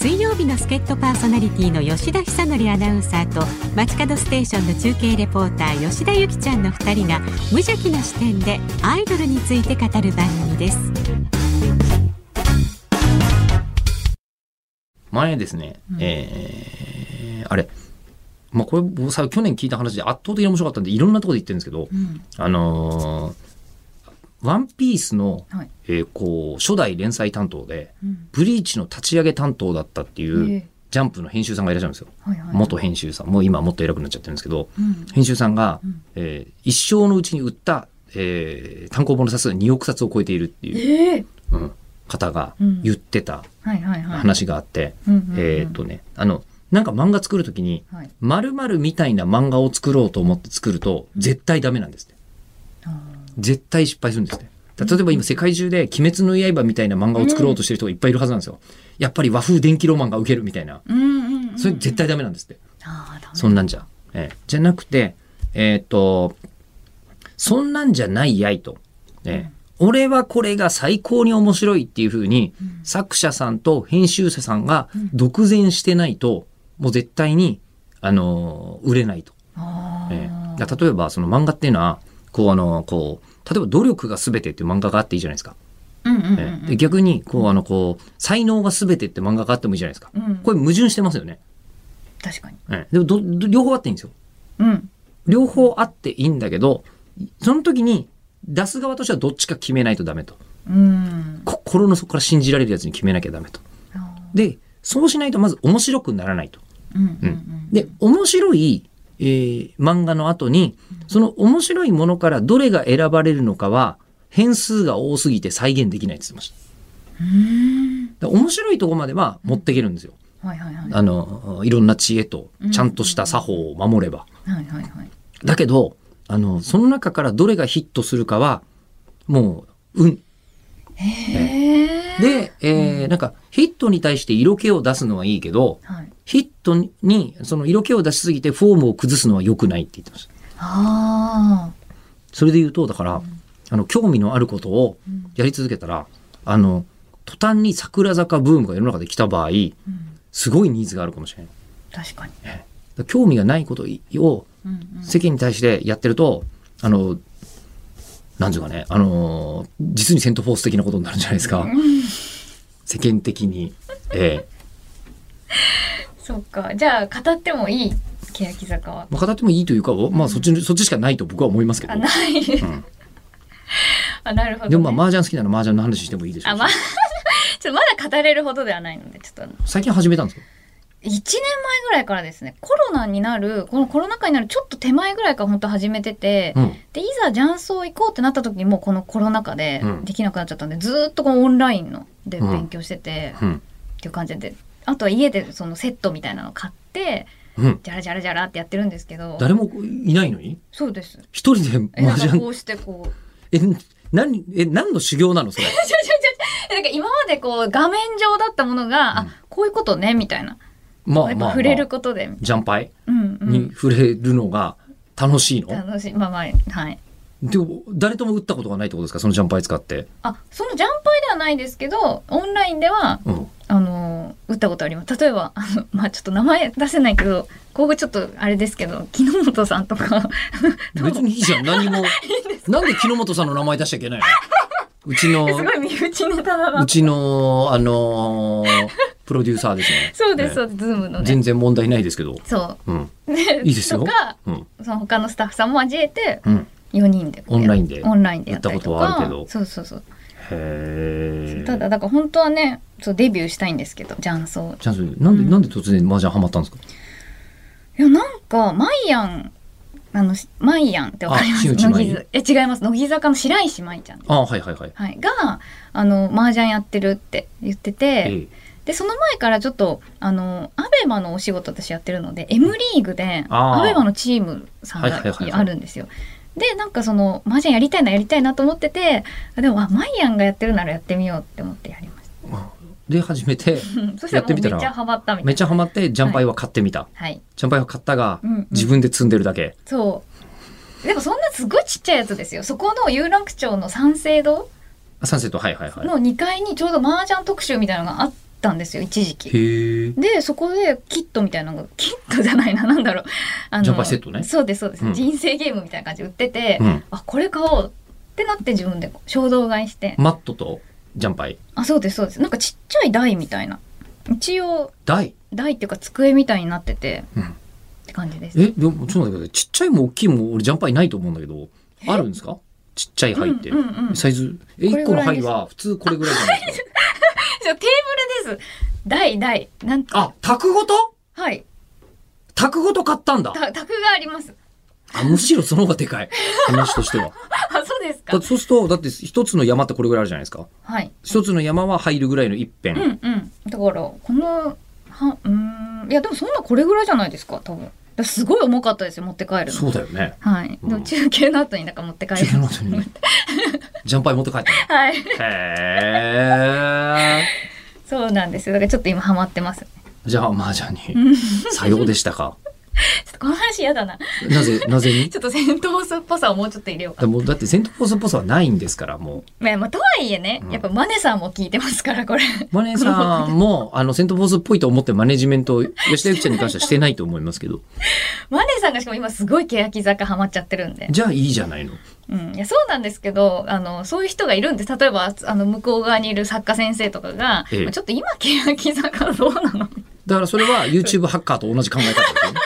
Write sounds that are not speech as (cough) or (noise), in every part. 水曜日の助っ人パーソナリティの吉田久典アナウンサーと街角ステーションの中継レポーター吉田由紀ちゃんの2人が無邪気な視点でアイドルについて語る番組です前ですね、えーあれ、まあ、これ僕さ去年聞いた話で圧倒的に面白かったんでいろんなところで言ってるんですけど、あのーワンピースの、はいえーこう初代連載担当で、ブリーチの立ち上げ担当だったっていう、ええジャンプの編集さんがいらっしゃるんですよ。はいはい元編集さん、もう今はもっと偉くなっちゃってるんですけど、うん編集さんが、えー一生のうちに売った、えー単行本の冊数が2億冊を超えているっていう、ええうん方がうん言ってたはいはいはい。話があって、うんうんうんえーっとね、あの、なんか漫画作るときに、はい。まるみたいな漫画を作ろうと思って作ると、絶対ダメなんですって。あ絶対失敗するんですね。だ例えば今世界中で鬼滅の刃みたいな漫画を作ろうとしてる人がいっぱいいるはずなんですよ。やっぱり和風電気ロマンが受けるみたいな。ーうんうんうん。それ絶対ダメなんですって。ああ、だめ。そんなんじゃ。ええじゃなくて、えーっと、そんなんじゃないやいと。ね俺はこれが最高に面白いっていうふうに、作者さんと編集者さんが独善してないと、もう絶対に、あのー売れないと。ああ。ええだから例えばその漫画っていうのは、こうあのーこう、例えば努力が全てっていう漫画があっていいじゃないですか。うんうんうんうええん。で逆に、こうあの、こう、才能が全てって漫画があってもいいじゃないですか。うんこれ矛盾してますよね。確かに。ええでもどど両方あっていいんですよ。うん。両方あっていいんだけど、その時に出す側としてはどっちか決めないとダメと。うん。心の底から信じられるやつに決めなきゃダメと。あで、そうしないとまず面白くならないと。ーうんうんうん。で、面白い、えー漫画の後に、その面白いものからどれが選ばれるのかは、変数が多すぎて再現できないって言ってました。だから面白いとこまでは持っていけるんですよ。はいはいはい。あの、いろんな知恵と、ちゃんとした作法を守れば。はいはいはい。だけど、あの、その中からどれがヒットするかは、もう、運。へえ。で、えーなんか、ヒットに対して色気を出すのはいいけど、はい。ヒットに、その色気を出しすぎてフォームを崩すのは良くないって言ってました。ああ。それで言うと、だから、あの、興味のあることをやり続けたら、あの、途端に桜坂ブームが世の中で来た場合、うん。すごいニーズがあるかもしれない。確かに。だから興味がないことをうんうん。世間に対してやってると、あの、なんていうかね、あのー、実にセントフォース的なことになるんじゃないですか。世間的に。ええそっか。じゃあ、語ってもいい欅坂は。まあ、語ってもいいというか、まあ、そっちに、そっちしかないと僕は思いますけどあ、。ない。 (laughs) んあ、なるほどね。でも、まあ、麻雀好きなら麻雀の話してもいいでしょあ、うしまあ、 (laughs) ちょっとまだ語れるほどではないので、ちょっとあの、最近始めたんですか1年前ぐらいからですね、コロナになる、このコロナ禍になるちょっと手前ぐらいから本当始めてて、うん。で、いざ雀荘行こうってなった時にもうこのコロナ禍でうんできなくなっちゃったんで、ずーっとこのオンラインのでうん勉強してて、っうん。ていう感じで、あとは家でそのセットみたいなの買って、うん。じゃらじゃらじゃらってやってるんですけど、誰もいないのにそうです。一人でえ、な麻んか雀、こうしてこう、 (laughs) え、何、え、何の修行なのそれ。ちょちょちょなんか今までこう画面上だったものが、あこういうことねみたいな、まあ、まやあっ、まぱあ触れることで、ジャンパイうんうにん触れるのが楽しいの、楽しいまあまあはいでも、誰とも打ったことがないってことですかそのジャンパイ使って。あそのジャンパイではないですけどオンラインではうん。あの打ったことあります例えばあのまあちょっと名前出せないけど今後ちょっとあれですけど木之本さんとか別にいいじゃん何 (laughs) もなんで木本さんの名前出しちゃいけないのうちのすごい身内ネタだなうちのあのープロデューサーですねそうですそねうですズームのね全然問題ないですけど、そうん、うでいいですよとかうんその他のスタッフさんも交えてうん、 4人でこうやオンラインでオンラインでやったりやったこととはかあるけどそうそうそうへえただだから本当はねそうデビューしたいんですけど雀荘チャンスなんで、なんで突然麻雀ハマったんですかいやなんかマイアンあのしマイアンってわかりまあ新す内乃麻木衣ずえ違います乃木坂の白石麻衣ちゃんですあはいはいはい、はい、があの麻雀やってるって言ってて、ええでその前からちょっとあのアベマのお仕事私やってるので M リーグであーアベマのチームさんはがいはいはいはいあるんですよ。でなんかその麻雀やりたいなやりたいなと思っててでもあマイアンがやってるならやってみようって思ってやりましで初めてた。 (laughs) うんそしたやらっもてうみためらっちゃハマったみためっいちゃな。ハマってジャンパイは買ってみた、はい、ジャンパイは買ったが、うんうん自分で積んでるだけそうでもそんなすごいちっちゃいやつですよそこの有楽町の三省堂サンセットはいはいはいの2階にちょうど麻雀特集みたいなのがあったんですよ一時期。へえ。でそこでキットみたいなのがキットじゃないななんだろうあのジャンパーセットねそうですそうです、うん人生ゲームみたいな感じで売ってて、うん。あこれ買おうってなって自分で衝動買いして、マットとジャンパイ。あそうですそうですなんかちっちゃい台みたいな一応大。台っていうか机みたいになっててうん。って感じですえ、でも、ちょっと待ってください。ちっちゃいも大きいも、俺ジャンパイないと思うんだけど、あるんですかちっちゃいうん灰うっんて。うんじサイズ、え、これ1個ぐのらい灰ですは普通これぐらいじゃない (laughs) ですか。ゃあテーブルです台台なんあ、卓ごとはい卓ごと買ったんだ。た卓がありますあ、むしろその方がでかい。話と (laughs) しては。あそうですだっかてそうすると、だって一つの山ってこれぐらいあるじゃないですか。はい一つの山は入るぐらいの一辺。うんうんだからこのはうーんいやでもそんなこれぐらいじゃないですか多分だからすごい重かったですよ持って帰るのそうだよね。はいでうもん中継の後になんか持って帰中るの後にね。ジャンパイ持って帰った (laughs) はいの。へー。そうなんですよだからちょっと今ハマってますちょじゃあ、マージャンうに。さようでしたか。っとこの話嫌だななぜ、なぜにちょっと戦闘スっぽさをもうちょっと入れようかだもうだってセントフォースっぽさはないんですから、もまあ、まあ、とはいえね、うんやっぱマネさんも聞いてますから、これ。 (laughs) う。マネーさんも、あの、セントフォースっぽいと思ってマネジメントを吉田ゆきちゃんに関してはしてないと思います (laughs) けど。マネさんがしかも今すごい欅坂ハマっちゃってるんで。じゃあいいじゃないの。うん。いや、そうなんですけど、あの、そういう人がいるんで、例えば、あの、向こう側にいる作家先生とかが、ええまあちょっと今欅坂どうなのだからそれは YouTube ハッカーと同じ考え方ですよ (laughs) ね。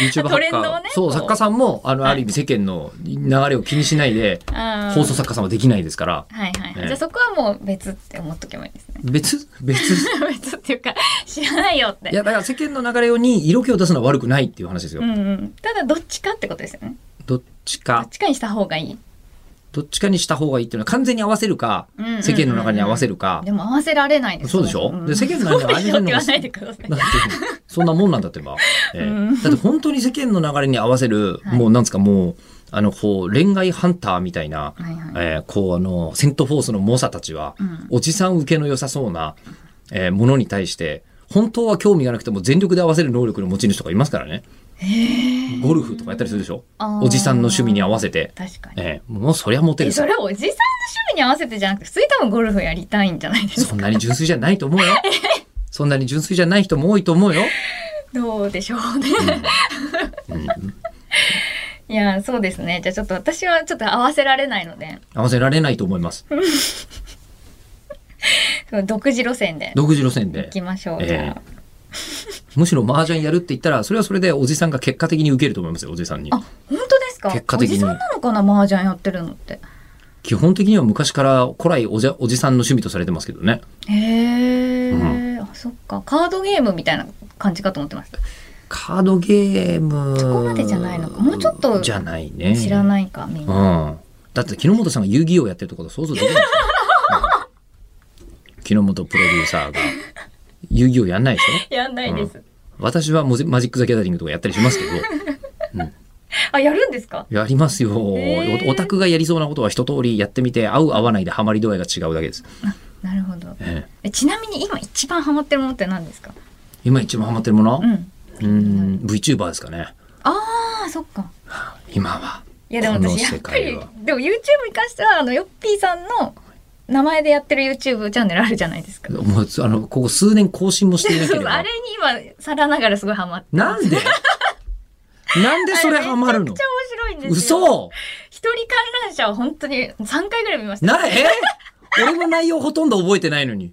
YouTube ハトレッンカドをねー。こそうう、作家さんも、あの、ある意味世間の流れを気にしないで、あー放送作家さんはできないですから、はいはいはい。ええじゃあそこはもう別って思っとけばいいですね。別別 (laughs) 別っていうか、知らないよって。いや、だから世間の流れに色気を出すのは悪くないっていう話ですよ。うんうん。ただ、どっちかってことですよね。どっちどっか、ちかにした方がいい。どっちかにした方がいいっていうのは完全に合わせるか、うんうんうんうん世間の中に合わせるか。でも合わせられないですそうでしょんで世間の中に合わせるのそうでしょって言がわないでくださいだ。ってそんなもんなんだってば、ええうんだって本当に世間の流れに合わせる、はいもうなんですかもうあのこう恋愛ハンターみたいな、はいはい。ええこうあのセントフォースの猛者たちは、うんおじさん受けの良さそうな、ええものに対して本当は興味がなくても全力で合わせる能力の持ち主とかいますからねゴルフとかやったりするでしょあーおじさんの趣味に合わせて、確かに。ええもうそりゃモテえるそされはおじさんの趣味に合わせてじゃなくて普通に多分ゴルフやりたいんじゃないですかそんなに純粋じゃないと思うよそんなに純粋じゃない人も多いと思うよ、どうでしょうねうん、 (laughs) いやそうですねじゃあちょっと私はちょっと合わせられないので合わせられないと思います独自路線で独自路線行できましょう、ええじゃむしろ麻雀やるって言ったらそれはそれでおじさんが結果的に受けると思いますよおじさんにああ本当ですか結果的におじさんなのかな麻雀やってるのって基本的には昔から古来おじゃおじさんの趣味とされてますけどねへえ、うあそっかカードゲームみたいな感じかと思ってましたカードゲームそこまでじゃないのかもうちょっとじゃないね知らい、ないかみんうな、ん、だって木本さんが遊戯王やってるところ想像できないですよ、うん木本プロデューサーが遊戯王やんないでしょやんないです、私はもうマジック・ザ・ギャザリングとかやったりしますけどあやるんですかやりますよ、えーおオタクがやりそうなことは一通りやってみて合う合わないでハマり度合いが違うだけです、なるほどえええちなみに今一番ハマってるものって何ですか今一番ハマってるもの、うんうーん VTuber ですかねあーそっか今はいやでも私このや世っぱり界ではも YouTube に関してはあのヨッピーさんの名前でやってる YouTube チャンネルあるじゃないですか。もうつあのここ数年更新もしていなけそれう (laughs) あばれに今さらながらすごいハマって。なんでなんでそれあハマるめのちゃくちゃ面白いんですよ。嘘一人観覧車は本当に三回ぐらい見ました。なえ俺も内容ほとんど覚えてないのに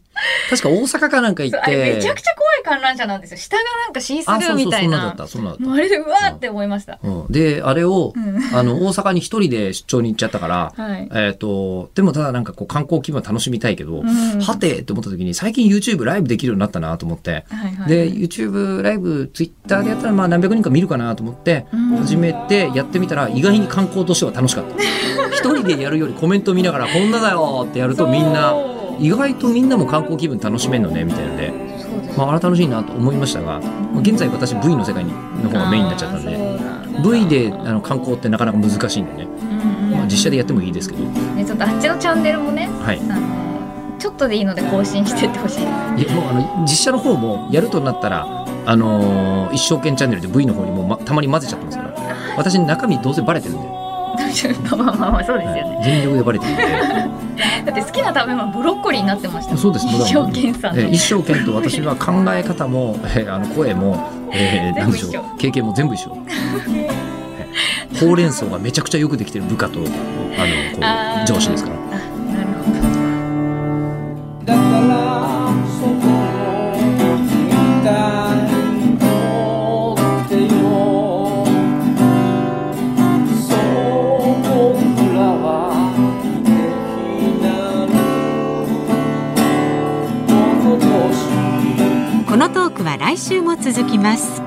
確か大阪かなんか行そうっあれてめちゃくちゃ怖い観覧車なんですよ。下がなんかシースあルそーうそみうたそいんなんだな。ったそんなんだったもうあれでうわーって思いました。うん、であれを、うんあの大阪に一人で出張に行っちゃったから、はい。えっとでもただなんかこう観光気分は楽しみたいけど、うんはてって思った時に最近 YouTube ライブできるようになったなと思って、はいはい、で YouTube ライブ Twitter でやったらまあ何百人か見るかなと思ってうん始めてやってみたら意外に観光としては楽しかった (laughs) 一人でやるよりコメント見ながら「こんなだよ」ってやるとみんなそう意外とみんなも観光気分楽しめんのねみたいので、そうです。まあ、あれ楽しいなと思いましたがまあ現在私 V の世界にの方がメインになっちゃったんでで V であの観光ってなかなか難しいんでね、まあ、実写でやってもいいですけどね、ちょっとあっちのチャンネルもね、はいあのちょっとでいいので更新してってほ (laughs) しい。いやもうあの実写の方もやるとなったら、あのー一生懸命チャンネルで V の方にも、ま、たまに混ぜちゃってますから私中身どうせバレてるんで。まあまあまあまあそうですよね。 (laughs) 全力でバレてるんでだって好きな食べ物ブロッコリーになってましたもんそうです一生懸命さんえのー一生懸命と私は考え方も、えーあの声も、えー、なんでし全部ょ一う経験も全 (laughs) 部一緒、えーほうれん草がめちゃくちゃよくできてる部下とあのこあーう上司ですからあなるほどだからそこみたいに乗ってよそう僕らはできなるこの年このトークは来週も続きます